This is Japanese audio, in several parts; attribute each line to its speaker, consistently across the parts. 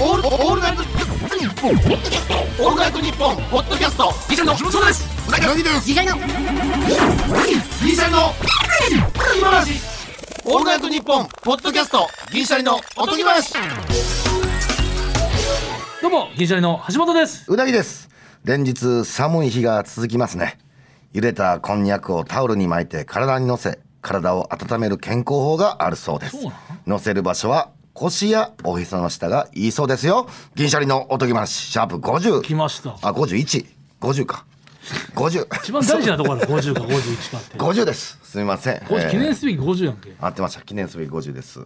Speaker 1: オールオールナイトニッポンオールナイトニッポンポッドキャストギシャリのそうですうなぎです
Speaker 2: ギシャリの
Speaker 1: ギシャリの今話オールナイトニッポンポッドキャストギシャリのおとぎ話
Speaker 3: どうも、銀シャリの橋本です。
Speaker 4: うなぎです連日寒い日が続きますね茹でたこんにゃくをタオルに巻いて体にのせ体を温める健康法があるそうです
Speaker 3: そうな
Speaker 4: のせる場所は腰やおへその下がいいそうですよ銀シャリのおとぎ話シャープ50
Speaker 3: 来ました。
Speaker 4: あ5150か50
Speaker 3: 一番大事なところだ、50か51かって。
Speaker 4: 50ですすみませんえー
Speaker 3: 50記念すべき50やんけ。
Speaker 4: 合ってました記念すべき50です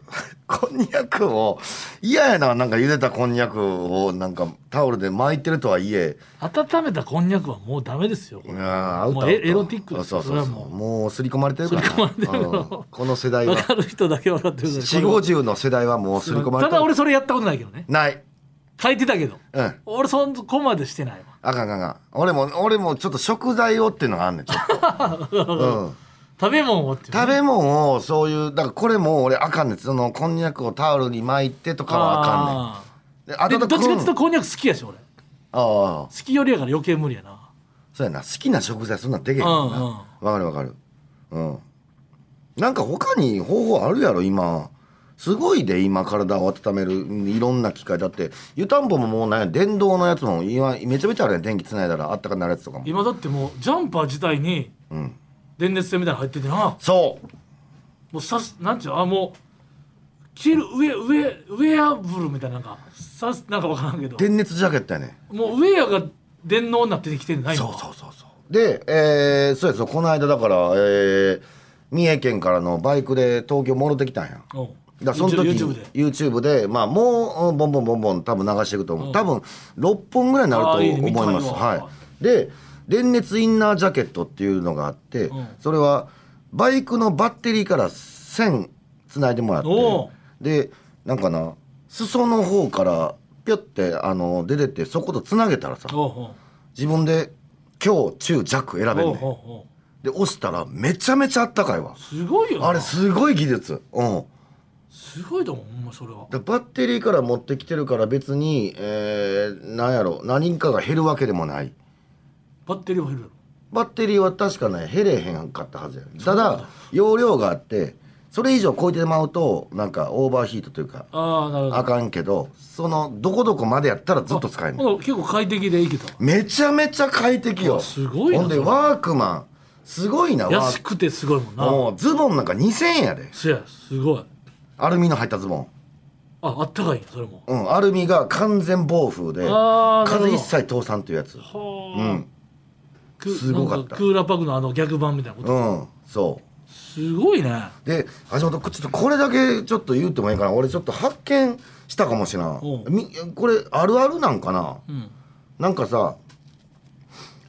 Speaker 4: こんにゃくを嫌やななんか茹でたこんにゃくをなんかタオルで巻いてるとはいえ
Speaker 3: 温めたこんにゃくはもうダメですよ。
Speaker 4: ああアウト
Speaker 3: も
Speaker 4: ア
Speaker 3: う
Speaker 4: ウト
Speaker 3: エエロティックです
Speaker 4: そうそう
Speaker 3: れ
Speaker 4: そう
Speaker 3: は
Speaker 4: も
Speaker 3: も
Speaker 4: う刷り込まれてるから
Speaker 3: 刷り込まれてるの
Speaker 4: うんこの世代
Speaker 3: わ
Speaker 4: は
Speaker 3: かる人だけ分かってるだ
Speaker 4: 四五十の世代はもう刷り込まれて
Speaker 3: た
Speaker 4: る
Speaker 3: だ俺それやったことないけどね。
Speaker 4: ない
Speaker 3: 書いてたけど。
Speaker 4: うん
Speaker 3: 俺そんこまでしてないわ。
Speaker 4: あかんあかんあかん俺も俺もちょっと食材をっていうのがあんねんちょっと、 うん、
Speaker 3: 食べ物をっていうね、
Speaker 4: 食べ物をそういうだからこれも俺あかんねんそのこんにゃくをタオルに巻いてとかはあ
Speaker 3: あ
Speaker 4: かんねんであ
Speaker 3: ーで
Speaker 4: と
Speaker 3: どっちかっていうと
Speaker 4: あ
Speaker 3: こんにゃく好きやし俺。好
Speaker 4: あ
Speaker 3: きよりやから余計無理やな。
Speaker 4: そうやな好きな食材そんなんでけへんもんな
Speaker 3: うんうん
Speaker 4: わ、かるわかるうんなんか他に方法あるやろ今すごいで今体を温めるうんいろんな機械だって湯たんぽももうなんや電動のやつも今めちゃめちゃあるやん電気つないだらあったかなるやつとかも
Speaker 3: 今だってもうジャンパー自体に
Speaker 4: うん
Speaker 3: 電熱線みたいなの入っててな。
Speaker 4: そう
Speaker 3: もうさすなんていうのあもう着る上上ウェアブルみたいななんかさすなんかわからんけど
Speaker 4: 電熱ジャケットやね
Speaker 3: もうウェアが電脳になってきてんない
Speaker 4: ん
Speaker 3: の
Speaker 4: そうそうそうそうでえー、そうやそうこの間だからえー三重県からのバイクで東京戻ってきたんや
Speaker 3: う
Speaker 4: だ
Speaker 3: ん
Speaker 4: からその時
Speaker 3: YouTube で
Speaker 4: YouTube でまあもううんボンボンボンボン多分流していくと思う、
Speaker 3: うん
Speaker 4: 多分6本ぐらいになると
Speaker 3: あーいいね
Speaker 4: 思いま
Speaker 3: 見
Speaker 4: す
Speaker 3: たいわ
Speaker 4: はいで電熱インナージャケットっていうのがあって、
Speaker 3: うん
Speaker 4: それはバイクのバッテリーから線つないでもらって
Speaker 3: おう
Speaker 4: でなんかな裾の方からピョってあの出てってそことつなげたらさ
Speaker 3: おうおう
Speaker 4: 自分で強中弱選べ
Speaker 3: お
Speaker 4: ん
Speaker 3: う
Speaker 4: ね
Speaker 3: お
Speaker 4: ん
Speaker 3: うお
Speaker 4: で押したらめちゃめちゃあったかいわ
Speaker 3: うすごいよな
Speaker 4: あれすごい技術うん
Speaker 3: すごいと思うほんまそれは
Speaker 4: だからバッテリーから持ってきてるから別に、えー、何やろ何かが減るわけでもない
Speaker 3: バッテリーは減るやろ
Speaker 4: バッテリーは確かね減れへんかったはずやねただ容量があってそれ以上超えてまうとなんかオーバーヒートというか
Speaker 3: ああなるほど
Speaker 4: あかんけどそのどこどこまでやったらずっと使える
Speaker 3: ほな結構快適でいけたわ
Speaker 4: めちゃめちゃ快適よ
Speaker 3: あすごいな
Speaker 4: ほんで
Speaker 3: それ
Speaker 4: ワークマンすごいなワ
Speaker 3: 安
Speaker 4: ーク
Speaker 3: くてすごいもんな
Speaker 4: もうズボンなんか2000円やです
Speaker 3: やすごい
Speaker 4: アルミの入ったズボン
Speaker 3: ああったかいんやそれも
Speaker 4: うんアルミが完全防風で
Speaker 3: あーなるほ
Speaker 4: 風
Speaker 3: ど
Speaker 4: 一切通さんというやつ
Speaker 3: は
Speaker 4: う
Speaker 3: あ、
Speaker 4: ん
Speaker 3: く
Speaker 4: すごかった
Speaker 3: なんクーラーパックのあの逆版みたいなこと、
Speaker 4: うんそ
Speaker 3: すごいね
Speaker 4: うで橋本ちょっとこれだけちょっと言ってもいいかな俺ちょっと発見したかもしれな
Speaker 3: おう
Speaker 4: いみこれあるあるなんかな
Speaker 3: うん
Speaker 4: なんかさ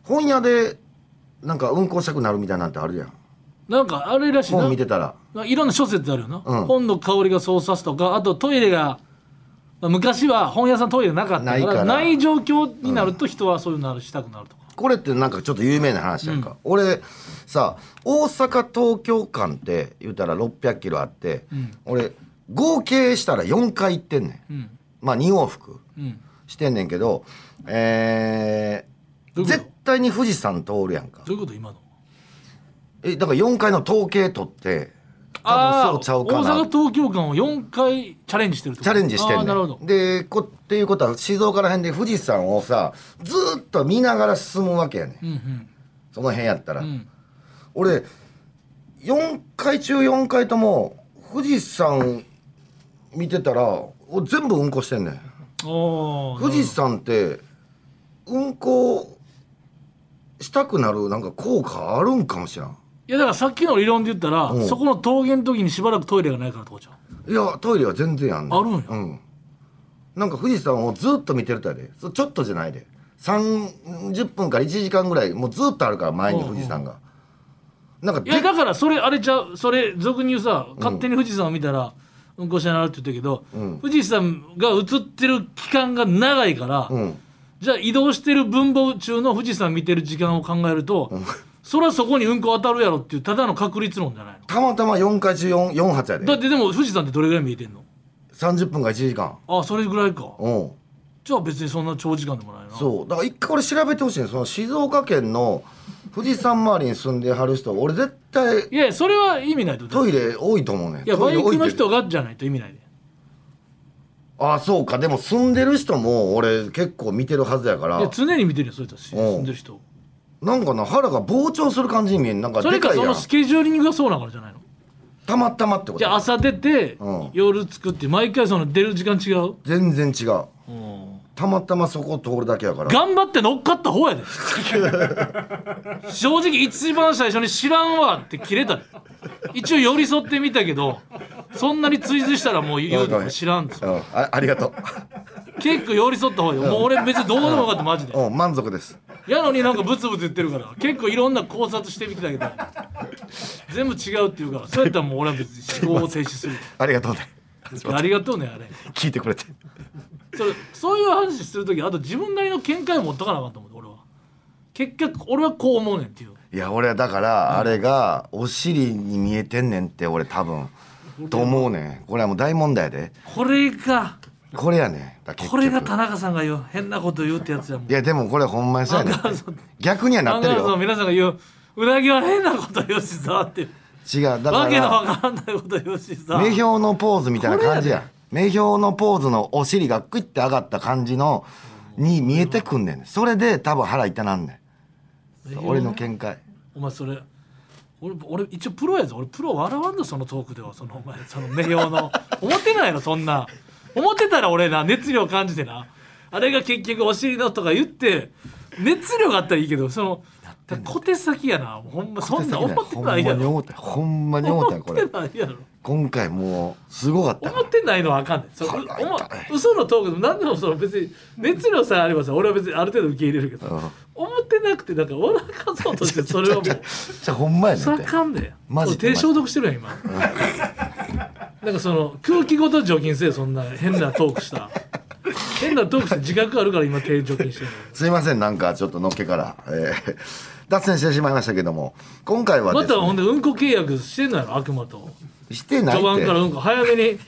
Speaker 4: 本屋でなんか運行したくなるみたいなんてあるやん
Speaker 3: なんかあれらしいな
Speaker 4: 本見てたら
Speaker 3: まあ、いろんな諸説あるよな、
Speaker 4: うん
Speaker 3: 本の香りがそうさすとかあとトイレが、まあ昔は本屋さんトイレなかったから
Speaker 4: な
Speaker 3: ないい
Speaker 4: から
Speaker 3: 状況になると人はそういうのあるしたくなるとか、
Speaker 4: これってなんかちょっと有名な話やんか、俺さ大阪東京間って言うたら600キロあって、
Speaker 3: うん
Speaker 4: 俺合計したら4回行ってんねん
Speaker 3: うん
Speaker 4: まあ2往復
Speaker 3: うん
Speaker 4: してんねんけどえー
Speaker 3: どういうこと
Speaker 4: 絶対に富士山通るやんか
Speaker 3: どういうこと今の
Speaker 4: えだから4回の統計取って多分そうちゃうか
Speaker 3: あー大阪
Speaker 4: な
Speaker 3: 東京間を4回チャレンジしてるってこ
Speaker 4: チャ
Speaker 3: と
Speaker 4: レンジして
Speaker 3: あー
Speaker 4: んね
Speaker 3: なるほど
Speaker 4: んでこっていうことは静岡ら辺で富士山をさずーっと見ながら進むわけやねん
Speaker 3: うんうん
Speaker 4: その辺やったら、
Speaker 3: うん
Speaker 4: 俺4回中4回とも富士山見てたらお全部うんこしてんねん
Speaker 3: おー
Speaker 4: 富士山って運行したくなるなんか効果あるんかもしらん
Speaker 3: いやだからさっきの理論で言ったら、
Speaker 4: うん
Speaker 3: そこの峠の時にしばらくトイレがないからってことかじ
Speaker 4: いやトイレは全然やんね
Speaker 3: あるんや
Speaker 4: うん、なんか富士山をずっと見てるとやでそちょっとじゃないで30分から1時間ぐらいもうずっとあるから前に富士山が、なんか
Speaker 3: ゃんいや
Speaker 4: で
Speaker 3: だからそれあれちゃうそれ俗に言うさ勝手に富士山を見たらうんこしながらって言ったけど、
Speaker 4: うん
Speaker 3: 富士山が映ってる期間が長いから、
Speaker 4: うん
Speaker 3: じゃあ移動してる分母中の富士山見てる時間を考えると、そりゃそこにうんこ当たるやろっていうただの確率論じゃないの
Speaker 4: たまたま4回中 4, 4発やで
Speaker 3: だってでも富士山ってどれぐらい見えてんの
Speaker 4: 30分か1時間
Speaker 3: あそれぐらいか
Speaker 4: うん
Speaker 3: じゃあ別にそんな長時間でもないな
Speaker 4: そうだから一回俺調べてほしいねその静岡県の富士山周りに住んではる人俺絶対
Speaker 3: いやそれは意味ないと
Speaker 4: トイレ多いと思うねん
Speaker 3: いや
Speaker 4: ト
Speaker 3: バ
Speaker 4: イ
Speaker 3: イ
Speaker 4: レ多
Speaker 3: ク
Speaker 4: い
Speaker 3: の
Speaker 4: って
Speaker 3: 人がじゃないと意味ないで
Speaker 4: ああそうかでも住んでる人も俺結構見てるはずやか
Speaker 3: いや
Speaker 4: ら
Speaker 3: 常に見てるよそれた
Speaker 4: う
Speaker 3: ち
Speaker 4: ん
Speaker 3: 住んでる人
Speaker 4: なんかな腹が膨張する感じに見えんなんか
Speaker 3: それ
Speaker 4: で
Speaker 3: か
Speaker 4: かい
Speaker 3: そ
Speaker 4: や
Speaker 3: の
Speaker 4: ん
Speaker 3: スケジューリングがそうなからじゃないの
Speaker 4: たまたまってこと
Speaker 3: じゃあ朝出て
Speaker 4: うん
Speaker 3: 夜着くって毎回その出る時間違う
Speaker 4: 全然違うたまたまそこ通るだけやから
Speaker 3: 頑張って乗っかった方やで正直一番最初に「知らんわ」って切れたで一応寄り添ってみたけどそんなに追随したらもう言うのも知らんっつう
Speaker 4: うん、あありがと
Speaker 3: 結構寄り添った方がいいよもう俺別にどうでもよかったマジで
Speaker 4: う、うん、満足です
Speaker 3: やのになんかブツブツ言ってるから結構いろんな考察してみてたけど全部違うって言うからそうやったらもう俺は別に思考を停止する
Speaker 4: ありがとうね
Speaker 3: ありがとうねあれ
Speaker 4: 聞いてくれて
Speaker 3: それそういう話する時あと自分なりの見解を持っとかなあかんと思って俺は結局俺はこう思うねんっていう
Speaker 4: いや俺はだからあれがお尻に見えてんねんって俺多分と思うねんこれはもう大問題やで
Speaker 3: これが
Speaker 4: これやねんだから結局
Speaker 3: これが田中さんが言う変なこと言うってやつやもん
Speaker 4: いやでもこれほんまにそうやねん
Speaker 3: アンガールズの
Speaker 4: 逆にはな
Speaker 3: ア
Speaker 4: っ
Speaker 3: ン
Speaker 4: て
Speaker 3: ガ
Speaker 4: る
Speaker 3: ールズの
Speaker 4: よ
Speaker 3: 皆さんが言ううなぎは変なこと言うしさって
Speaker 4: 違うだか
Speaker 3: わけの
Speaker 4: ら
Speaker 3: わからないこと言うしさ
Speaker 4: 名表のポーズみたいな感じや名表のポーズのお尻がクイッて上がった感じのに見えてくんねんそれで多分腹痛なんねん俺の見解
Speaker 3: お前それ俺俺一応プロやぞ俺プロ笑わんぞそのトークではそのお前その名誉の 思ってないのそんな思ってたら俺な熱量感じてなあれが結局お尻のとか言って熱量があったらいいけどその小手先やなほんまそんな思ってないや
Speaker 4: ほんまに
Speaker 3: ろ
Speaker 4: 思ったほんまに思った
Speaker 3: 思
Speaker 4: よ
Speaker 3: っ
Speaker 4: こ
Speaker 3: て
Speaker 4: れ
Speaker 3: ないやろ
Speaker 4: 今回もうすごかったか
Speaker 3: 思っ
Speaker 4: ら
Speaker 3: てないのはあかんねんそ
Speaker 4: 腹
Speaker 3: う
Speaker 4: 痛い
Speaker 3: おも嘘のトークでも何でもその別に熱量さえあればさ俺は別にある程度受け入れるけど、
Speaker 4: うん
Speaker 3: 思ってなくてなんか笑かそうとしてそれはもう。
Speaker 4: じゃあほんまやね
Speaker 3: そ
Speaker 4: ん
Speaker 3: ら
Speaker 4: て
Speaker 3: あかんで
Speaker 4: マジで
Speaker 3: 手消毒してるやん今なんかその空気ごと除菌せえそんな変なトークした変なトークして自覚あるから今手除菌してる
Speaker 4: すいませんなんかちょっとのっけから、えー 脱線してしまいましたけども今回は
Speaker 3: ま
Speaker 4: です、
Speaker 3: た
Speaker 4: ね
Speaker 3: ほんでうんこ契約してんのやろ悪魔と
Speaker 4: してないっ
Speaker 3: 序盤
Speaker 4: て
Speaker 3: からうんこ早めに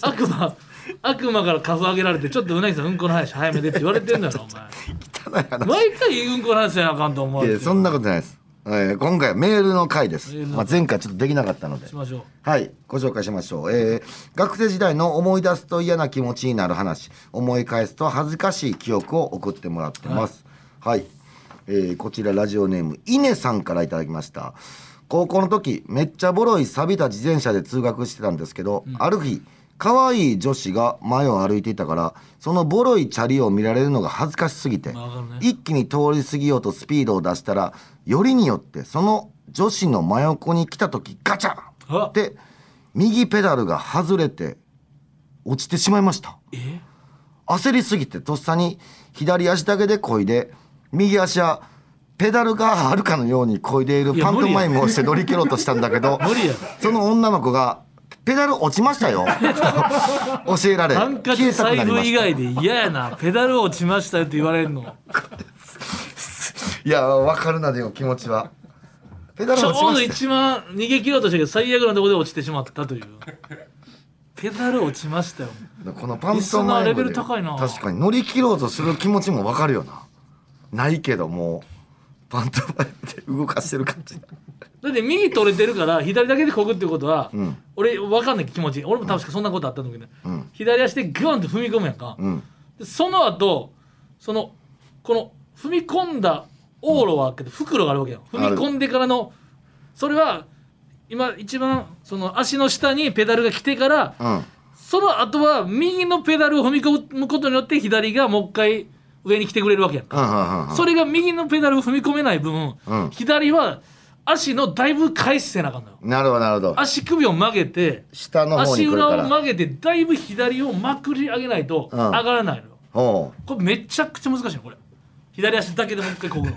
Speaker 3: 悪魔悪魔からカフ上げられてちょっとうなぎさんうんこの話早めでって言われてんだろお
Speaker 4: 汚い話
Speaker 3: 前毎回うんこの話せなあかんと思わ
Speaker 4: い
Speaker 3: れ
Speaker 4: や
Speaker 3: て
Speaker 4: そんなことないです、えー今回はメールの回です、
Speaker 3: メールの
Speaker 4: まあ、前回ちょっとできなかったので
Speaker 3: しましょう
Speaker 4: はいご紹介しましょう、えー学生時代の思い出すと嫌な気持ちになる話思い返すと恥ずかしい記憶を送ってもらってますはい、えーこちらラジオネームイネさんからいただきました高校の時めっちゃボロい錆びた自転車で通学してたんですけど、ある日可愛い女子が前を歩いていたからそのボロいチャリを見られるのが恥ずかしすぎて、
Speaker 3: まあわかるね
Speaker 4: 一気に通り過ぎようとスピードを出したらよりによってその女子の真横に来た時ガチャ
Speaker 3: あ
Speaker 4: ンって右ペダルが外れて落ちてしまいました
Speaker 3: え
Speaker 4: 焦りすぎてとっさに左足だけで漕いで右足はペダルがあるかのように漕いでいる
Speaker 3: いや
Speaker 4: パントマイムをして乗り切ろうとしたんだけど
Speaker 3: 無理や
Speaker 4: その女の子が「ペダル落ちましたよ」 と教えられ
Speaker 3: ハン
Speaker 4: 消
Speaker 3: カチ
Speaker 4: えたく
Speaker 3: 財
Speaker 4: なりま
Speaker 3: 布
Speaker 4: し
Speaker 3: 以
Speaker 4: た
Speaker 3: 外で嫌やなペダル落ちましたよって言われるの
Speaker 4: いや分かるなでも気持ちはペダル
Speaker 3: ちょう
Speaker 4: 落ちま
Speaker 3: ど
Speaker 4: した
Speaker 3: 一番逃げ切ろうとしたけど最悪のところで落ちてしまったというペダル落ちましたよ
Speaker 4: このパントマイムで
Speaker 3: リスナーレベル高いな
Speaker 4: 確かに乗り切ろうとする気持ちも分かるよなないけどもうパントマイムで動かしてる感じ
Speaker 3: だって右取れてるから左だけでこぐってことは、
Speaker 4: ん
Speaker 3: 俺分かんない気持ち俺も確かそんなことあったんだけど、左足でグーンと踏み込むやんか、
Speaker 4: うん
Speaker 3: でその後そのこの踏み込んだ往路はあるけど袋があるわけよ踏み込んでからのそれは今一番その足の下にペダルが来てから、
Speaker 4: うん
Speaker 3: その後は右のペダルを踏み込むことによって左がもう一回上に来てくれるわけやん
Speaker 4: うんう
Speaker 3: か、
Speaker 4: んうんうん
Speaker 3: それが右のペダルを踏み込めない分、
Speaker 4: うん
Speaker 3: 左は足のだいぶ返しせなあかんのよ
Speaker 4: なるほどなるほど
Speaker 3: 足首を曲げて
Speaker 4: 下の方
Speaker 3: 足
Speaker 4: に来る
Speaker 3: 裏
Speaker 4: か
Speaker 3: を
Speaker 4: ら
Speaker 3: 曲げてだいぶ左をまくり上げないと
Speaker 4: う
Speaker 3: 上
Speaker 4: ん
Speaker 3: がらないのよ、
Speaker 4: お
Speaker 3: これめちゃくちゃ難しいのこれ左足だけでもう一回こぐ
Speaker 4: う
Speaker 3: の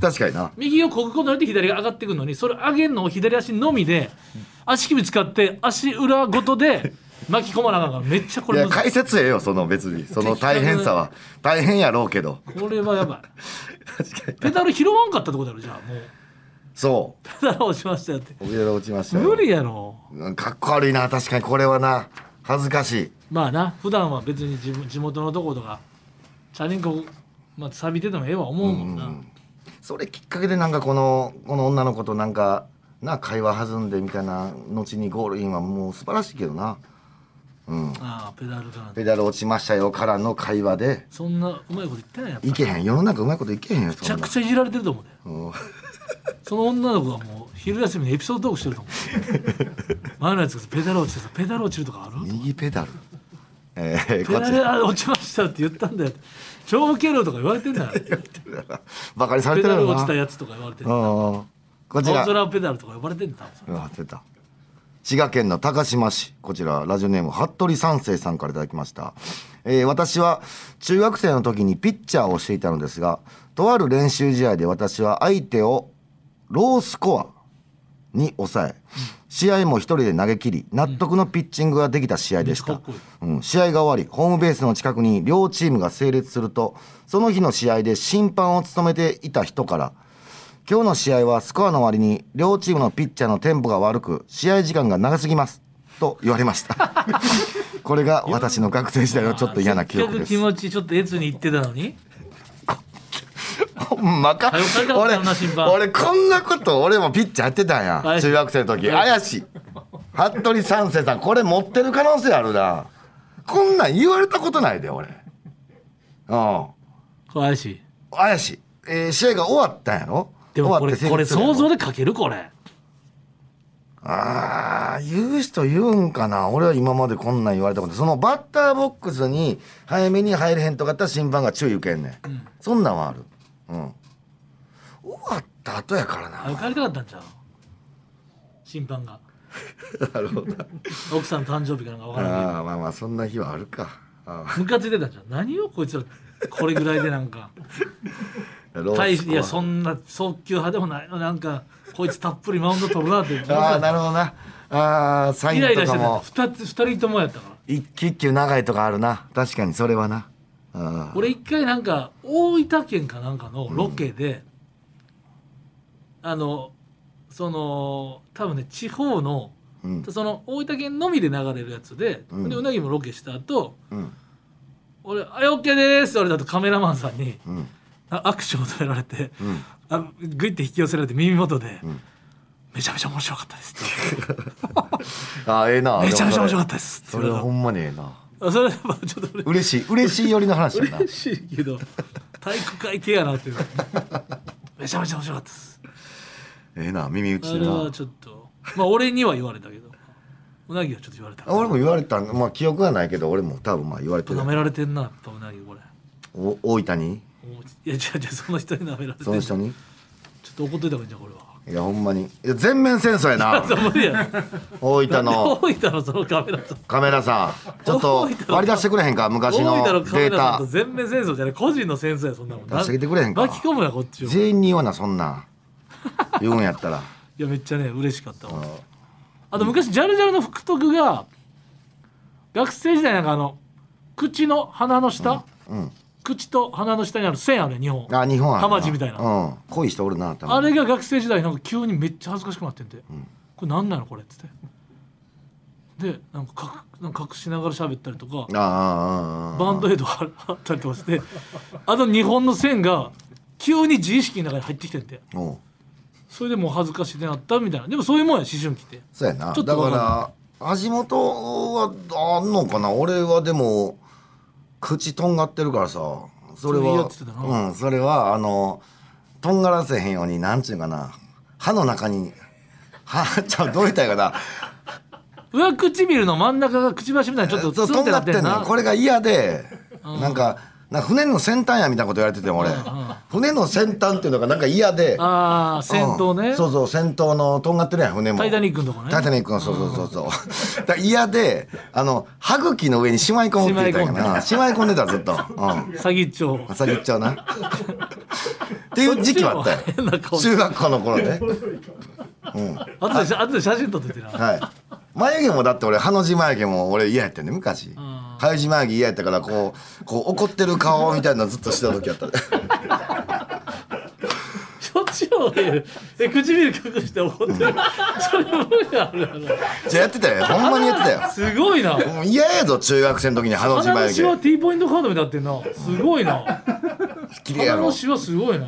Speaker 4: 確かにな
Speaker 3: 右をこぐことによって左が上がってくるのにそれ上げるのを左足のみで足首使って足裏ごとで巻き込まなあかんからめっちゃこ
Speaker 4: い
Speaker 3: れ
Speaker 4: や
Speaker 3: 難し
Speaker 4: 解
Speaker 3: い
Speaker 4: 説ええよその別にその大変さは大変やろうけど
Speaker 3: これはやばいペダル拾わんかったってことやろじゃあもう
Speaker 4: そ
Speaker 3: ペダル落ちましたよって
Speaker 4: うおびれ落ちましたよ
Speaker 3: 無理やろ
Speaker 4: うんかっこ悪いな確かにこれはな恥ずかしい
Speaker 3: まあな普段は別に自分地元のとことかチャリンコ、まあ、錆びててもええわ思うもんな、
Speaker 4: それきっかけでなんかこのこの女の子となんかな会話弾んでみたいな後にゴールインはもう素晴らしいけどな
Speaker 3: ああペダルが
Speaker 4: ペダル落ちましたよからの会話で
Speaker 3: そんなうまいこと言ってないやっぱ
Speaker 4: いけへん世の中うまいこといけへんよ
Speaker 3: めち
Speaker 4: そ
Speaker 3: ゃ
Speaker 4: んな
Speaker 3: くちゃいじられてると思うね
Speaker 4: うん
Speaker 3: その女の子はもう昼休みにエピソードトークしてると思 う前のやつがさペダル落ちてさペダル落ちるとかある
Speaker 4: 右ペダルえー、
Speaker 3: ペ
Speaker 4: こ
Speaker 3: ダ
Speaker 4: っち
Speaker 3: ルあ落ちましたって言ったんだよ長距離とか言われてんだよ
Speaker 4: バカにされ
Speaker 3: ペ
Speaker 4: て
Speaker 3: ダ
Speaker 4: る
Speaker 3: ル
Speaker 4: よ
Speaker 3: 落
Speaker 4: な
Speaker 3: ちたやつとか言われてる
Speaker 4: うんうんこちら
Speaker 3: 青空ペダルとか呼ばれてんだ
Speaker 4: うわ出た滋賀県の高島市こちらラジオネーム服部三世さんからいただきました、えー私は中学生の時にピッチャーをしていたのですがとある練習試合で私は相手をロースコアに抑え試合も一人で投げ切り納得のピッチングができた試合でした、
Speaker 3: めっちゃかっこいい
Speaker 4: うん、試合が終わりホームベースの近くに両チームが整列するとその日の試合で審判を務めていた人から今日の試合はスコアの割に両チームのピッチャーのテンポが悪く試合時間が長すぎますと言われました これが私の学生時代のちょっと嫌な記憶で
Speaker 3: せっ
Speaker 4: す
Speaker 3: かく気持ちちょっと越に行ってたのに
Speaker 4: ほんまか
Speaker 3: 早く帰ってほしい
Speaker 4: 俺
Speaker 3: な審判
Speaker 4: 俺こんなこと俺もピッチャーやってたん
Speaker 3: は
Speaker 4: や
Speaker 3: い
Speaker 4: 中学生の時
Speaker 3: はい
Speaker 4: 怪しい服部三世さんこれ持ってる可能性あるなこんなん言われたことないで俺うん
Speaker 3: 怪しい
Speaker 4: 怪しい、えー試合が終わったんやろ
Speaker 3: でも
Speaker 4: 終
Speaker 3: こ
Speaker 4: わ
Speaker 3: れ
Speaker 4: って成
Speaker 3: これ
Speaker 4: 立するやろ
Speaker 3: 想像で書けるこれ
Speaker 4: ああ言う人言うんかな俺は今までこんなん言われたことそのバッターボックスに早めに入れへんとかやったら審判が注意受けんねん、そんなんはあるうん終わった後やからな
Speaker 3: 早く帰りたかったんちゃう審判が
Speaker 4: なるほど
Speaker 3: 奥さんの誕生日かなんかわからない
Speaker 4: ああまあまあそんな日はあるかあ
Speaker 3: ムカついてたんじゃん何をこいつらこれぐらいでなんか
Speaker 4: あロ
Speaker 3: 大
Speaker 4: ー
Speaker 3: し
Speaker 4: ス
Speaker 3: い
Speaker 4: コア
Speaker 3: やそんな速球派でもないのなんかこいつたっぷりマウンド取るなって
Speaker 4: ああなるほどなああサイ
Speaker 3: イ
Speaker 4: ン
Speaker 3: ライ
Speaker 4: と
Speaker 3: ラし
Speaker 4: か
Speaker 3: てた
Speaker 4: も
Speaker 3: 二つ二人ともやったから
Speaker 4: 一球一球長いとかあるな確かにそれはなああ
Speaker 3: 俺一回なんか大分県かなんかのロケで、あのその多分ね地方の、
Speaker 4: うん
Speaker 3: その大分県のみで流れるやつで、
Speaker 4: うん
Speaker 3: でうなぎもロケした後
Speaker 4: うん
Speaker 3: 俺「あ OK です」って言われたとカメラマンさんに
Speaker 4: うん
Speaker 3: あ握手を取られて、
Speaker 4: うん
Speaker 3: あグイって引き寄せられて耳元で、
Speaker 4: ん
Speaker 3: めちゃめちゃ面白かったです」って
Speaker 4: ああええな
Speaker 3: めちゃめちゃ面白か
Speaker 4: でも
Speaker 3: ったです」って
Speaker 4: そ
Speaker 3: 言
Speaker 4: れそれ
Speaker 3: わ
Speaker 4: は
Speaker 3: れ
Speaker 4: ほんまにええな
Speaker 3: たあそれはまあちょっと
Speaker 4: 嬉しい嬉しい寄りの話やな
Speaker 3: 嬉しい けど体育会系やなっていうめちゃめちゃ面白かったです
Speaker 4: ええな耳打ち
Speaker 3: あ
Speaker 4: で
Speaker 3: れ
Speaker 4: な
Speaker 3: はちょっとまあ俺には言われたけどうなぎはちょっと言われた
Speaker 4: あ俺も言われたんまあ記憶はないけど俺も多分まあ言われてる
Speaker 3: 舐められてんなやっぱうなぎこれ
Speaker 4: お大分に
Speaker 3: おいや違う違うその人に舐められてん
Speaker 4: その人に
Speaker 3: ちょっと怒っといた方がいいんじゃんこれはい
Speaker 4: やほんまにいや全面戦争や な
Speaker 3: 無理や
Speaker 4: 大
Speaker 3: ろ
Speaker 4: 分の
Speaker 3: 大分のそのカメラと
Speaker 4: カメラさんちょっと
Speaker 3: 大分の
Speaker 4: 割り出してくれへんか昔
Speaker 3: 大
Speaker 4: の
Speaker 3: 分のカ
Speaker 4: デ
Speaker 3: メ
Speaker 4: ー
Speaker 3: ラさん
Speaker 4: タ
Speaker 3: と全面戦争じゃない個人の戦争やそんなもん
Speaker 4: 出してきてくれへんか
Speaker 3: 巻き込むなこっちをい
Speaker 4: 全員に言わなそんなん言うんやったら
Speaker 3: やめっちゃね嬉しかったわ
Speaker 4: うん
Speaker 3: あと昔ジャルジャルの福徳が学生時代なんかあの口の鼻の下、
Speaker 4: うん
Speaker 3: 口と鼻の下にある線あるやん日本
Speaker 4: あ日本あるな
Speaker 3: ハマジみたいな
Speaker 4: うん恋しておるな多分
Speaker 3: あれが学生時代なんか急にめっちゃ恥ずかしくなってんで、これなんなのこれっつってでなんか隠なんか隠しながら喋ったりとか
Speaker 4: ああああああ
Speaker 3: バンドエイド貼ったりとかしてあの日本の線が急に自意識の中に入ってきてんで
Speaker 4: おう
Speaker 3: それでもう恥ずかしいってなったみたいなでもそういうもんや思春期って
Speaker 4: そうやな
Speaker 3: ちょ
Speaker 4: だ
Speaker 3: っとわか
Speaker 4: か
Speaker 3: んな
Speaker 4: ら橋本はあんのかな俺はでも口とんがってるからさそれ
Speaker 3: それいいや
Speaker 4: は
Speaker 3: つだな
Speaker 4: うんそれはあのとんがらせへんようになんちゅうかな歯の中に歯ちゃうどう言ったらいいか
Speaker 3: 上唇の真ん中がくちばしみたいにちょ
Speaker 4: な
Speaker 3: っと
Speaker 4: そう
Speaker 3: ツ
Speaker 4: と
Speaker 3: ンっ
Speaker 4: ん
Speaker 3: て
Speaker 4: が
Speaker 3: な
Speaker 4: っ
Speaker 3: ってて
Speaker 4: んね
Speaker 3: んなん
Speaker 4: これが嫌でなんかなんか船の先端やみたいなこと言われてて俺船の先端っていうのがなんか嫌で
Speaker 3: ああ戦闘ね、
Speaker 4: うんそうそう戦闘のとんがってるやん船も
Speaker 3: タイタニックのとこね
Speaker 4: タイタニックのそうそうそうそうだから嫌であの歯茎の上にしまい込むって言ったんやなしまい込んでたずっとうん
Speaker 3: 詐欺帳
Speaker 4: 朝言っちゃうなっていう時期はあったよ
Speaker 3: そっちも変な顔
Speaker 4: 中学校の頃ね
Speaker 3: 後で後で写真撮っててな
Speaker 4: はい眉毛もだって俺ハの字眉毛も俺嫌やったね昔
Speaker 3: ん
Speaker 4: ハの字眉毛嫌やったからこうこう怒ってる顔みたいなのずっとしてた時やったね
Speaker 3: しょっちゅうでえ唇隠して怒ってるそれ無理あるやろ
Speaker 4: じゃあやってたよほんまにやってたよ
Speaker 3: すごいな
Speaker 4: もう嫌やぞ中学生の時にハの字
Speaker 3: 鼻の
Speaker 4: 眉
Speaker 3: シワ
Speaker 4: 毛
Speaker 3: T ポイントカードみたいになってんなすごいな
Speaker 4: 綺麗や
Speaker 3: 鼻
Speaker 4: ろ
Speaker 3: のシワすごいね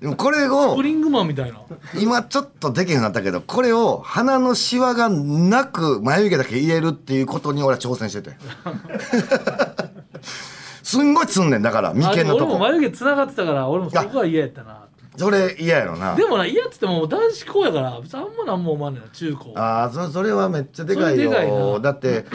Speaker 4: でもこれ
Speaker 3: スプ
Speaker 4: を
Speaker 3: リングマンみたいな
Speaker 4: 今ちょっとできへんなったけどこれを鼻のシワがなく眉毛だけ入れるっていうことに俺は挑戦して てすんごいつんねんだから眉
Speaker 3: あで
Speaker 4: 間の
Speaker 3: も俺
Speaker 4: と
Speaker 3: も
Speaker 4: こ
Speaker 3: 眉毛繋がってたから俺もそこは嫌やったな
Speaker 4: それ嫌やろな
Speaker 3: でもな嫌っつっても男子校やから別にあんまなんも思わんねんな中高
Speaker 4: ああそそれはめっちゃでかいよ
Speaker 3: それでかいな
Speaker 4: だって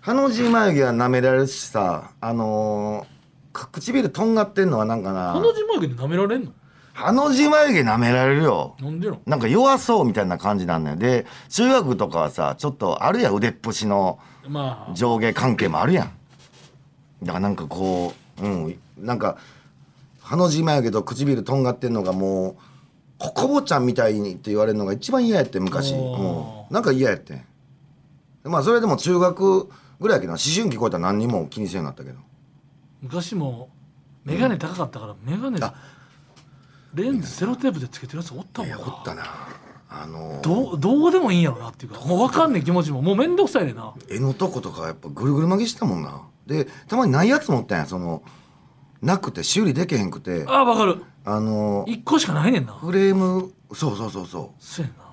Speaker 4: ハの字眉毛は舐められるしさあのーか唇とんがってんのはなんかな
Speaker 3: 鼻の字眉毛で舐められんの
Speaker 4: ハの字眉毛舐められるよ
Speaker 3: なんでの
Speaker 4: なんか弱そうみたいな感じなんだよで中学とかはさちょっとあるやん腕っぷしの
Speaker 3: まあ
Speaker 4: 上下関係もあるやんだからなんかこううんなんかハの字眉毛と唇とんがってんのがもうこコボちゃんみたいにって言われるのが一番嫌やって昔、
Speaker 3: おー
Speaker 4: うんなんか嫌やってまあそれでも中学ぐらいやけどな思春期超えたら何にも気にせんようになったけど
Speaker 3: 昔も眼鏡高かったから眼鏡
Speaker 4: あ
Speaker 3: レンズセロテープでつけてるやつおったも
Speaker 4: い
Speaker 3: んな
Speaker 4: やおったなあの
Speaker 3: どうどうでもいいんやろなっていうかもう分かんねえ気持ちももう面倒くさいねんな
Speaker 4: 絵のとことかやっぱぐるぐる巻きしてたもんなでたまにないやつ持ったんやそのなくて修理できへんくてあ
Speaker 3: ああ分かる
Speaker 4: の
Speaker 3: 一個しかないねんな
Speaker 4: フレームそうそうそうそう
Speaker 3: そうやな